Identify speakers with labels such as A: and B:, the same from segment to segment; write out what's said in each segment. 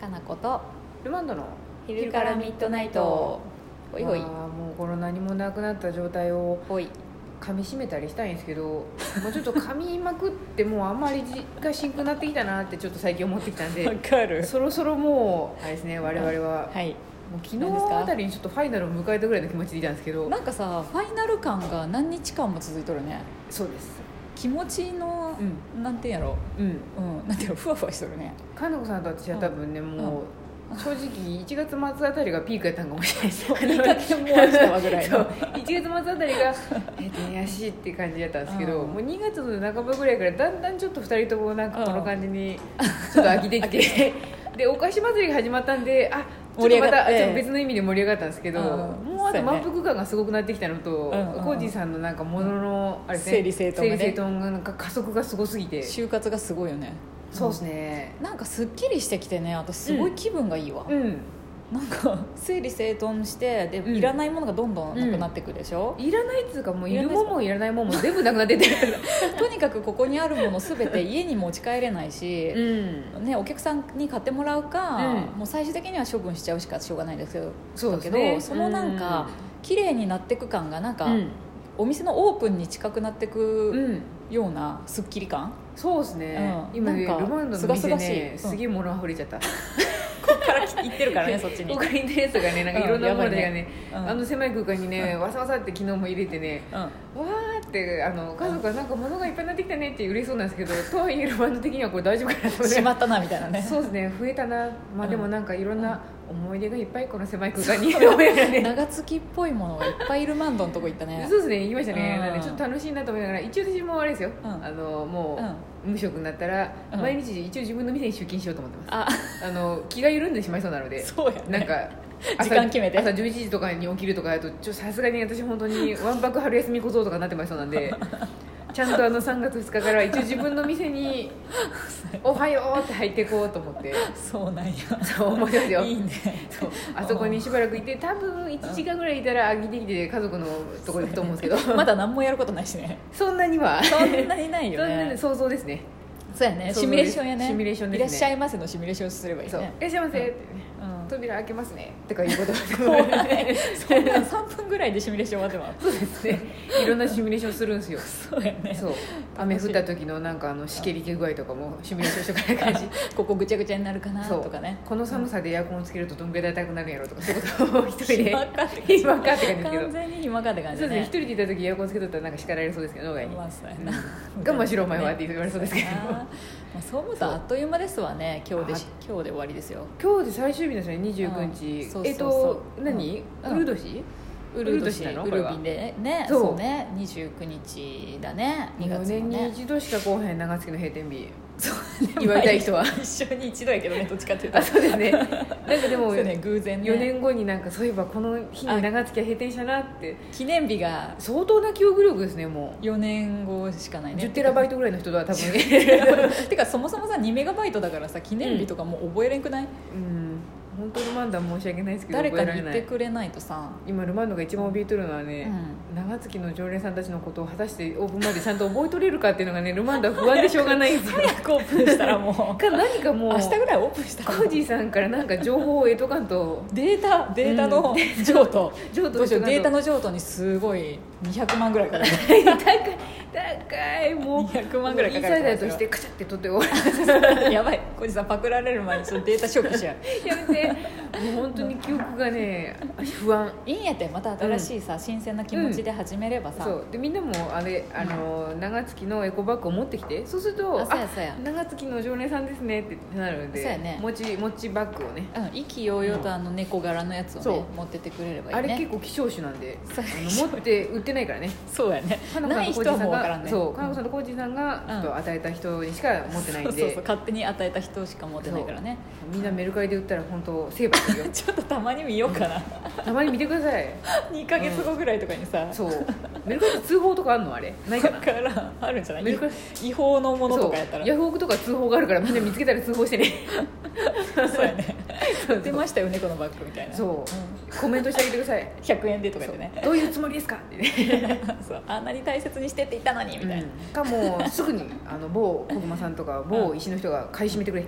A: かなこと
B: ルマンドの
A: 昼からミッドナイトほいほい
B: まあもうこの何もなくなった状態を
A: ほい
B: 噛み締めたりしたいんですけどもうちょっと噛みまくってもうあんまり字がしんくなってきたなってちょっと最近思ってきた んで
A: かる
B: そろそろもうあれですね我々は
A: はい
B: もう昨日あたりにちょっとファイナルを迎えたぐらいの気持ちでいたんですけど
A: なんかさファイナル感が何日間も続いとるね
B: そうです
A: 気持ちの、なんていうんやろ
B: うん
A: うんなんていうのふわふわしとるね
B: かのこさんと私は多分ね、もう、正直1月末あたりがピークやったんかもしれないです よ
A: いい加減もう明日はぐらいの
B: そう1月末あたりがえっと怪しいって感じやったんですけど、
A: うん
B: もう2月の半ばぐらいからだんだんちょっと2人ともなんかこ
A: う
B: の
A: ん
B: 感じにちょっと飽きてきて、 でお菓子祭りが始まったんであちょっとまた
A: 盛り上がって
B: ちょっと別の意味で盛り上がったんですけど、
A: うん
B: もう
A: そう
B: あと
A: やね
B: 満腹感がすごくなってきたのと、
A: うんうん
B: コージーさんのなんかものの、あれですね
A: 整理整頓がね
B: 整理整頓がなんか加速がすごすぎて
A: 就活がすごいよね
B: そうですね
A: なんかすっきりしてきてね私すごい気分がいいわ、
B: うん
A: なんか整理整頓してで、
B: うん
A: いらないものがどんどんなくなってくでしょ、
B: いらないっつうかもうい
A: いら
B: る
A: ないっす
B: もんもいらないもんも全部なくなってて
A: とにかくここにあるもの全て家に持ち帰れないし、
B: ん
A: ね、お客さんに買ってもらうか、
B: うん
A: もう最終的には処分しちゃうしかしょうがないですけど
B: そう
A: だ
B: で
A: け
B: す
A: ど、
B: ね
A: そのなんか、綺麗になってく感がなんか、
B: うんうん
A: お店のオープンに近くなってく
B: うん
A: ようなすっきり感、
B: そうですね、
A: うん
B: 今ね
A: なんか
B: ルマンド
A: す
B: の店ね
A: がすがしいうん
B: すげえ物あふれちゃった
A: ここから行ってる からねそっちに、
B: 他にテレスがねなんかいろんなものが
A: うんやばい
B: ね
A: うん
B: あの狭い空間にねわさわさって昨日も入れてね
A: うん
B: わーってあの家族はなんか物がいっぱいになってきたねって嬉しそうなんですけどとはいえルマンド的にはこれ大丈夫かなと思
A: しまったなみたいなね
B: そうですね増えたなまあでもなんかいろんな思い出がいっぱいこの狭い空間に
A: 長月っぽいものがいっぱいいるマンドのとこ行ったね
B: そうですね行きましたね、
A: うん
B: なんでちょっと楽しいなと思いながら一応私もあれですよ、
A: うん
B: あのも
A: うん
B: う無職になったら、
A: うん
B: 毎日一応自分の店に出勤しようと思ってます、
A: あ
B: あの気が緩んでしまいそうなので
A: そうやね
B: なん か
A: 時
B: 朝
A: 間決めて
B: 朝11時とかに起きるとかやとちょさすがに私本 当にわんぱく春休み小僧とかになってまいそうなんでちゃんとあの3月2日から一応自分の店 に「おはよう」って入っていこうと思って
A: そうなんや
B: そう思いますよ
A: いいね
B: そうあそこにしばらくいて多分1時間ぐらいいたら飽きてきて家族のところ行くと思うんですけど
A: まだ何もやることないしね
B: そんなには
A: そんなにない
B: そ
A: よ
B: んなの
A: ね
B: 想像ですね。
A: そうやね
B: そう
A: シミュレーションやね
B: シミュレーションですね
A: いらっしゃいませのシミュレーションすればいい
B: そう。い
A: ね
B: らっしゃいませ。って
A: うん
B: 扉開けますね。とかいうこと。
A: 怖いそんなん3分ぐらいでシミュレーション終わって
B: そうですね。いろんなシミュレーションするんですよ。
A: ますそうやね
B: そう。雨降った時のなんかあの湿気り気具合とかもシミュレーションして から感じ。
A: ここぐちゃぐちゃになるかな
B: そう
A: とかね
B: この寒さでエアコンつけるとどんぐらい痛くなるんやろうとかそういうことを一人で
A: 暇かって感じ
B: 暇かって感じですけど
A: 完。全に暇かって感
B: そ
A: じ
B: うですね。一
A: ね
B: 人でいた時エアコンつけとったらなんか叱られるそうですけど脳外に。
A: まあそうや
B: うん
A: な
B: 我慢しろお前はって言われそうですけど。
A: まあそう思うとあっという間ですわね今日でし
B: あ
A: 今日で終わりですよ
B: 今日で最終日ですね。二十九日
A: うんそうそうそう。
B: えっと何？
A: うん
B: ウルド氏？
A: ウ
B: ル
A: ルド
B: ド年
A: 年
B: なの
A: ウルビンでね
B: そう
A: そうね29日だね2
B: 4
A: 月の
B: 年に
A: ね
B: 一度しか来おへん長月の閉店日
A: ね
B: 祝いたい人は
A: 一緒に一度やけどねどっちかっていうと
B: あそうです ねなんかでも
A: そうね偶然ね
B: 4年後になんかそういえばこの日に長月は閉店したなって
A: 記念日が
B: 相当な記憶力ですねも
A: 4年後しかな
B: う
A: いね
B: 10テラバイトぐらいの人だ多 分
A: てかそもそもさ2メガバイトだからさ記念日とかもう覚えれんくない、
B: うん本当ルマンダ申し訳ないですけど
A: 誰か
B: 覚えら
A: に言
B: れな
A: って
B: い
A: くれないとさ
B: 今ルマンドが一番怯えとるのはね、長月の常連さんたちのことを果たしてオープンまでちゃんと覚えとれるかっていうのがねルマンドは不安でしょうがないんですよ
A: 早くオープンしたらもう
B: か何かもう
A: 明日ぐらいオープンした
B: コ
A: ら
B: ージーさんからなんか情報を得とかんと
A: データデータの譲 渡、
B: 譲渡
A: どうしよう
B: しとかんと
A: データの譲渡にすごい200万ぐらいかかる
B: 高い高いもう
A: 200万ぐらいかかる
B: インサイダーとしてカチャって取って終 わ
A: やばい小路さんパクられる前にそのデータ消去しち ゃう
B: りやめてもう本当に記憶がね不安
A: いいんやってまた新しいさ、新鮮な気持ちで始めればさ、
B: そうでみんなもあれあの、長月のエコバッグを持ってきてそうすると
A: あそうやそうや
B: 長月の常連さんですね」ってなるんで
A: そうやね
B: 持ち持ちバッグをね
A: うん、意気揚々とあの猫柄のやつを
B: そう
A: ね持ってってくれればいいね
B: あれ結構希少種なんで
A: そう
B: あの持って売ってないか らね
A: そうやね
B: かなこ
A: な
B: さん
A: い
B: とコ
A: 人はもうわ
B: ージーさんが
A: からんね
B: そうかなこさんとコージーさんがちょっと与えた人にしか持ってないんで、
A: そうそう勝手に与えた人しか持ってないからね
B: みんなメルカリで売ったら本当成敗 するよ
A: ちょっとたまに見ようかな
B: たまに見てください
A: 2ヶ月後ぐらいとかにさ、
B: そうメルカリって通報とかあるのあれないか
A: だ
B: な
A: からあるんじゃない
B: メルカリ
A: 違法のものとかやったら
B: そうヤフオクとか通報があるからみんな見つけたら通報してね
A: そうやね
B: そうそう
A: 手ましたよねこのバッグみたいな
B: そうコメントしてあげてください
A: 100円でとか言ってね
B: どういうつもりですかってね
A: そうあんなに大切にしてって言ったのにみたいな、
B: かもうすぐにあの某小熊さんとか某石の人が買い占めてくれ、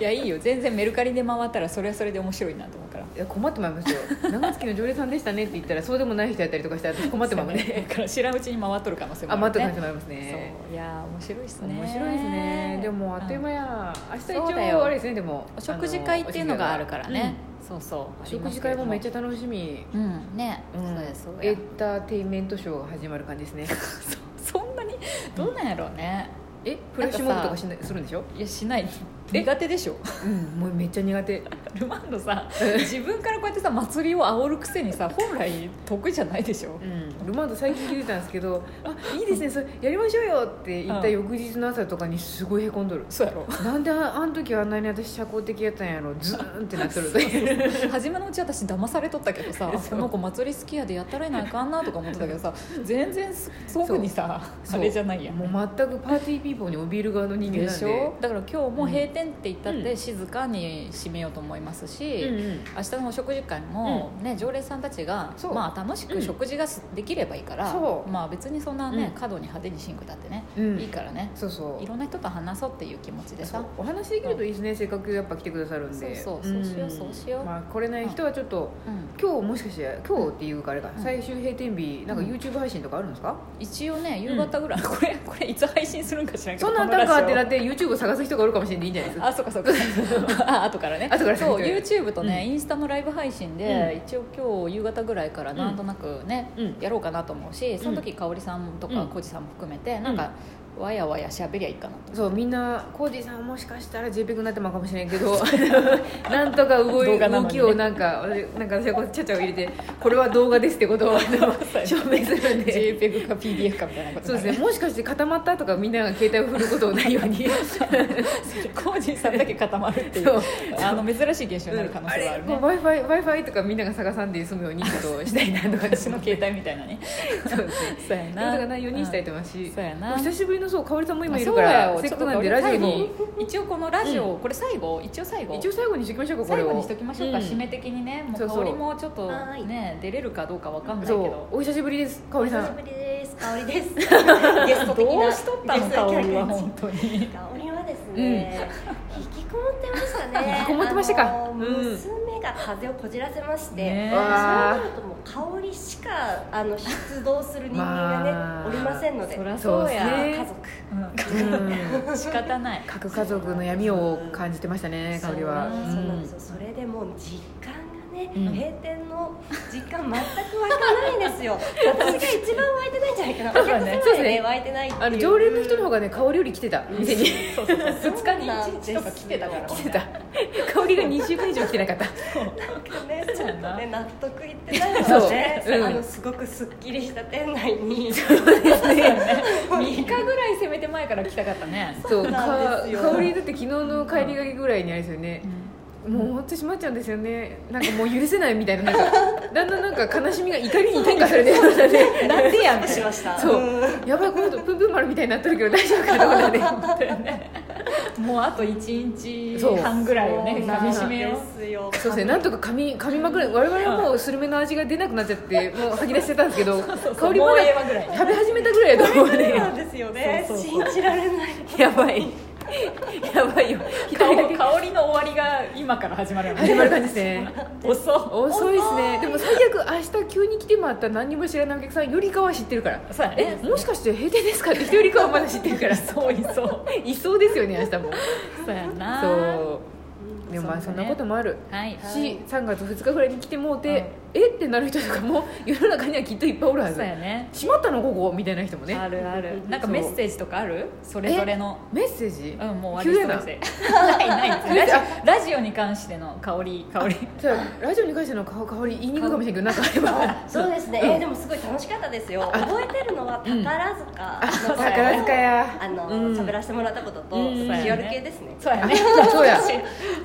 A: いやいいよ全然メルカリで回ったらそれはそれで面白いなと思うから
B: いや困ってまいりますよ長月の常連さんでしたねって言ったらそうでもない人やったりとかしたら私困ってまいりますね
A: だから知らんうちに回っとる可能性もあ
B: あ
A: る、
B: 待
A: ね、
B: ってくれてまいりますね
A: そういやー面白いですね
B: 面白いですねでもあっという間
A: ん
B: や明日
A: そうだ
B: 一
A: よ
B: 応あれですねでも
A: お食事会っていうのがあるからね、そうそう
B: お食事会もめっち
A: ゃ
B: ゃ楽しみ
A: うんね、
B: うん
A: そうですそうで
B: エンターテインメントショーが始まる感じで すね
A: そそんなにどうなんやろうね
B: えフラッシュモブとかしないするんでしょ
A: いやしない苦手でしょ
B: うんもうめっちゃ苦手
A: ルマンドさ自分からこうやってさ祭りを煽るくせにさ本来得意じゃないでしょ
B: うん、ルマンド最近気づいたんです けど「あいいですねそれやりましょうよ」って言った翌日の朝とかにすごいへこんどる、
A: そうやろ
B: なんでああん時あんなに私社交的やったんやろズーンってなっとるという
A: 初めのうち私騙されとったけ どさあこの子祭り好きやでやったらいなあかんなとか思ってたけどさ全然そ特にさ あれじゃないやん
B: もう全くパーティーピーポーに怯える側の人間なん
A: で
B: で
A: しょだから今日も閉店って言ったっ
B: う
A: て
B: ん
A: 静かに締めようと思います
B: う
A: し、
B: んうん
A: 明日のお食事会も、ね常連さんたちが
B: そう
A: まあ、楽しく食事がすできればいいから、
B: そう
A: まあ、別にそんな、ね
B: うん
A: 過度に派手にシンクだってね、
B: うん
A: いいからね
B: そうそう
A: いろんな人と話そうっていう気持ちで
B: そう
A: さ
B: お話できるといいですね、せっかくやっぱ来てくださるんで
A: そうそうそうしようそうしよう
B: まあ、来れない人はちょっと
A: うん
B: 今日もしかして今日っていうかあれか、
A: うん
B: 最終閉店日なんか
A: うん
B: YouTube 配信とかあるんですか、
A: 一応ね夕方ぐらい、これこれいつ配信するんか知らんけど
B: そんなんあったんかって
A: な
B: なって YouTube を探す人がおるかもしれないんじゃないですか
A: あそうか そうかあ後からね
B: 後から
A: そう
B: 後から
A: YouTube とね、インスタのライブ配信で、
B: う
A: 一応今日夕方ぐらいからなんとなくね、
B: うん
A: やろうかなと思うしその時香織さんとか
B: うん
A: 浩二さんも含めて、なんかわやわやしゃべりゃいいかなと
B: そうみんなコージーさんもしかしたら JPEG になってまうかもしれないけど なんとか動い
A: 動画なの
B: 動
A: にね
B: きをなんか私なんか私はこうちゃちゃを入れてこれは動画ですってこと をあの証明するんで
A: JPEG か PDF かみたいなこと
B: そうですねもしかして固まったとかみんなが携帯を振ることないように
A: 浩二さんだけ固まるってい
B: そうう
A: あの珍しい現象になる可能性はあるね、
B: w i f i w i f i とかみんなが探さんで済むようにちょっとしたいな とか
A: 私の携帯みたいなね
B: そうですね
A: そうや
B: そういうことがないようにしたいと思いますし、
A: そうやな
B: お久しぶりのそう香織さんも今いる
A: そう
B: か
A: だ
B: ら
A: よ
B: せっかくなんでラジオに
A: ちょっとこれ最後一応このラジオ、これ最後一応最後
B: 一応最後にしておきましょうかこれ
A: 最
B: を
A: 後にしときましょうか、
B: ん
A: 締め的にねも
B: そううそ
A: 香
B: う
A: りもちょっと
C: はーい
A: ね出れるかどうかわかんないけ
B: そ
A: ど
B: うお久しぶりです香
C: お
B: 織さ
C: 久し
B: ん
C: ぶりです。香りです。ゲスト的な
A: どうしとったの
C: ゲスト的な
A: 香りは
C: 感じ
A: 本当に
C: 香りはですね、引きこもってましたね。
B: 引きこもってましたか
C: あの
B: うん
C: 娘が風邪をこじらせまして、
A: ね
C: そう
B: わ
C: な
B: ー
C: るともう香りしかあの出動する人間がね、
B: まあ
C: おりませんので、
A: そりゃ
B: そう
A: そう
B: です
A: や
B: ね
C: 家族。
B: うん
A: 仕方ない
B: 各家族の闇を感じてましたね香りは
C: そうなんですよ。それでもう実感がね、閉店の実感全く湧かないんですよ。私が一番湧いてないんじゃないかな。
A: そ
C: お
A: うだ
C: 客
A: ね
C: 様でね湧いてないっていう。
B: あの常連の人の方がね香りより来てた 店に
A: そうそうそう
C: そう
A: 2日に
C: なん
A: 1
C: です
A: 日
C: よ
A: とか来てたから
B: 来てた香りが2週間以上来てなかった
C: ね、ちょっとね納得いってない
B: そう
C: ので、
B: うん
C: あのすごくすっきりした店内に
A: 3日ぐらいせめて前から来たかったね
B: そう
C: そ
B: か
C: うなんですよ
B: 香りだって昨日の帰りがけぐらいにあれですよねもうほんと閉まっちゃうんですよねなんかもう許せないみたいななんかだんだんなんか悲しみが怒りに転化されてるので
C: なんでやんしました
B: そ
C: ん
B: うやばいこの人プンプン丸みたいになってるけど大丈夫かどうだね
A: もうあと1日半ぐらいをね
C: そう
A: か
C: なん
A: み
C: で
A: しめよ
C: すよ
B: そうですね、なんとか噛み噛みまくる我々はもうスルメの味が出なくなっちゃってもう吐き出してたんですけど
A: う
B: 香りま
A: もうええわぐらい
B: だ食べ始めたぐらいだと思う
C: そう
B: ね
C: なんですよね
A: そうそう
C: 信じられない
B: やばいやばいよ一人だけ
A: 香りの終わりが今から始まるよ
B: 始まる
A: ね
B: 感じですね
A: 遅っ
B: 遅いですねでも最悪明日急に来てもらった何にも知らないお客さんよりかは知ってるから
A: そうや
B: え
A: ね
B: もしかして閉店ですかって人よりかはまだ知ってるから
A: そういそう
B: いそうですよね明日も
A: そうやな
B: そうでもまあそんなこともある
A: はい
B: し3月2日ぐらいに来てもうて、えってなる人とかも世の中にはきっといっぱいおるは
A: そう
B: ず
A: やね
B: 閉まったのここみたいな人もね
A: あるあるなんかメッセージとかあるそれぞれの
B: メッセージ、
A: うんもう終
B: 急
A: わり
B: やな
A: そうですないないラジオラジオに関しての香り香り
B: じゃあラジオに関しての顔香り言いにくいかもしれんけどなんかあれば
C: そうですね、えーでもすごい楽しかったですよ覚えてるのは宝塚の回を
B: 宝塚や
C: あの、
B: うん
C: 喋らせてもらったことと、
B: うん
C: ビジュアル系ですね
A: そうや
B: あ
A: ね
B: そうや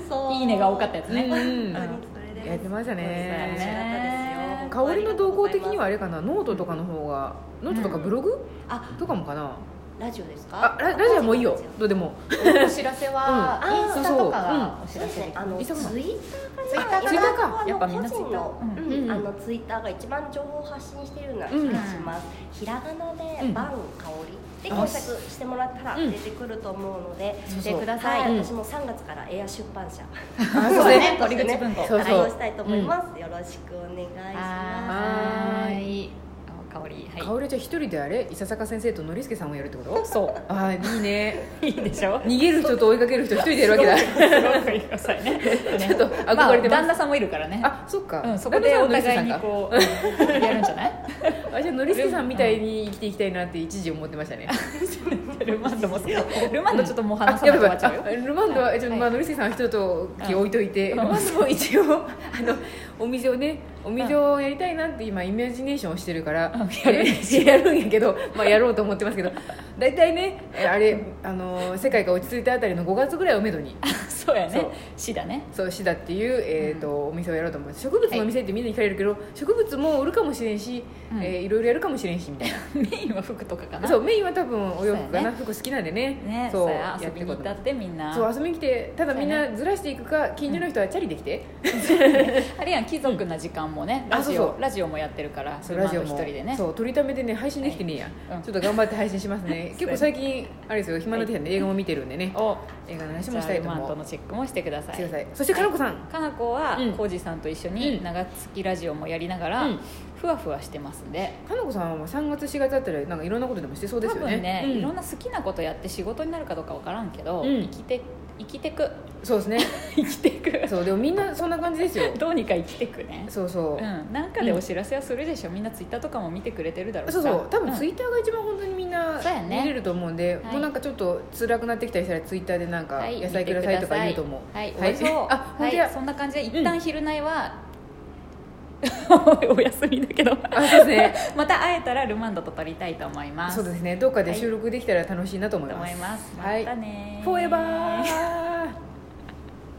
C: そう
A: いいねが多かったやつ
B: うん
A: ね
B: うん
C: 本当にそれです
B: やってました
C: 楽しか
B: ね
C: ったですよ
B: 香りの動向的にはあ
C: あ
B: れかなノートとかの方がノートとかブログ、
C: あ
B: とかもかな
C: ラジオですか
B: あララジオはもういいよどうでも
A: お知らせは、
C: うん
A: インスタとかがお知
C: そう
A: ら
C: で
A: せ
C: す
A: で
C: ね
A: きる
C: あの
B: 急
C: ツイ
B: ぐな
C: ッター
A: あ
C: か
B: ツ
C: な
B: イッターか
C: あの
A: やっぱみんなツイッター
C: 個人の
B: うんうん
C: あのツイッターが一番情報を発信しているような気がします、ひらがな
B: う
C: で「
B: ん
C: バン香り」で検索してもらったら
B: うん
C: 出てくると思うので、
B: そう
A: して
B: そう
A: ください、
C: は
B: うん
C: 私も3月からエア出版社
B: あそうね
A: 堀口文庫
B: そう
C: 対応したいと思います、よろしくお願いしま
A: はーいあ香り
B: かおりちゃん一人であれ伊佐坂先生とのりすけさんをやるってこと
A: そ
B: ああいいね
A: ういいでしょ
B: 逃げる人と追いかける人一人でやる わけだ
A: すごくいいくださいねち
B: ょっと憧れてます
A: 旦那さんもいるからね
B: あそっか、
A: うん、そこでお
B: 旦那さ
A: 互い
B: ん
A: に
B: は
A: こうやるんじゃ ない
B: ノリスケさんかあじゃあノリスケさんみたいに生きていきたいなって一時思ってましたね
A: ルマンドもそうルマンドちょっともう話さ
B: や
A: な
B: ば
A: く
B: い
A: な
B: や
A: っちゃ
B: ばい
A: うよ
B: あルマンドは、
A: はい
B: えちょっとまあ、ノリスケさんは一とき置いといて、
A: うん
B: ルマンドも一応あのお店をねお店をやりたいなって今イメージネーションをしてるから、
A: うん
B: やるやるんやけど、まあ、やろうと思ってますけど大体ねえあれあの世界が落ち着いたあたりの5月ぐらいをめどに
A: そうや
B: そ
A: ね
B: う
A: 死だ ね
B: そうシダっていう、えーとお店をやろうと思って植物のお店ってみんなに聞かれるけど、植物も売るかもしれんし、
A: うん
B: えーいろいろやるかもしれんしみたいな。
A: メインは服とかかな
B: そうメインは多分お洋服
A: そう
B: かな、
A: やね
B: 服好きなんでね
A: ね
B: そ
A: そううや遊びに行ったってみんな
B: そう遊びに来てただみ
A: そ
B: ん
A: うや
B: なずらしていくか近所の人はチャリで来て、
A: あれやん貴族な時間もね、
B: ん
A: ラジオ
B: あそうそう
A: ラジオもやってるから
B: そう
A: ル
B: ラ
A: マン
B: ジ
A: ド
B: オも
A: 一人でね
B: そう取りためてね配信できてねえや、
A: はいうん
B: ちょっと頑張って配信します ね結構最近あれですよ暇になってきたんで映画も見てるんでね
A: を
B: 映画の話
A: じ
B: も
A: ゃ
B: し
A: あ
B: たい
A: ル
B: と
A: マ
B: 思
A: ンド
B: う
A: のチェックもしてくださ
B: し
A: い
B: てくださいそしてかのこさん、
A: かなこは
B: うん
A: 浩二、さんと一緒
B: う
A: に
B: ん
A: 長月ラジオもやりながら、
B: うん
A: ふわふわしてますんで
B: かのこさんは3月4月あたりなんかいろんなことでもしてそうですよ
A: 多
B: ね
A: 分ね、
B: うん
A: いろんな好きなことやって仕事になるかどうかわからんけど、
B: うん
A: 生きて生きてく
B: そうですね
A: 生きてく
B: そうでもみんなそんな感じですよ
A: どうにか生きてくね
B: そうそう、
A: うん、なんかでお知らせはするでしょ、みんなツイッターとかも見てくれてるだろうし
B: そ
A: さ
B: うそう多分ツイ
A: ん
B: ッターが一番本当にみんな
A: そうやね
B: 見れると思うんで、
A: はい
B: もうなんかちょっと辛くなってきたりしたらツイッターでなんか
A: はい
B: 野菜くださいとか言うと思う
A: はい、はい、そう、
B: あ本当や、
A: はい、そんな感じで一旦昼寝は、 お休みだけど
B: あそうですね
A: また会えたらルマンドと撮りたいと思います
B: そうですねどっかで収録できたら楽しいなと思い
A: と
B: ま
A: 思
B: す、
A: いますま
B: はい
A: たね
B: フォーエバー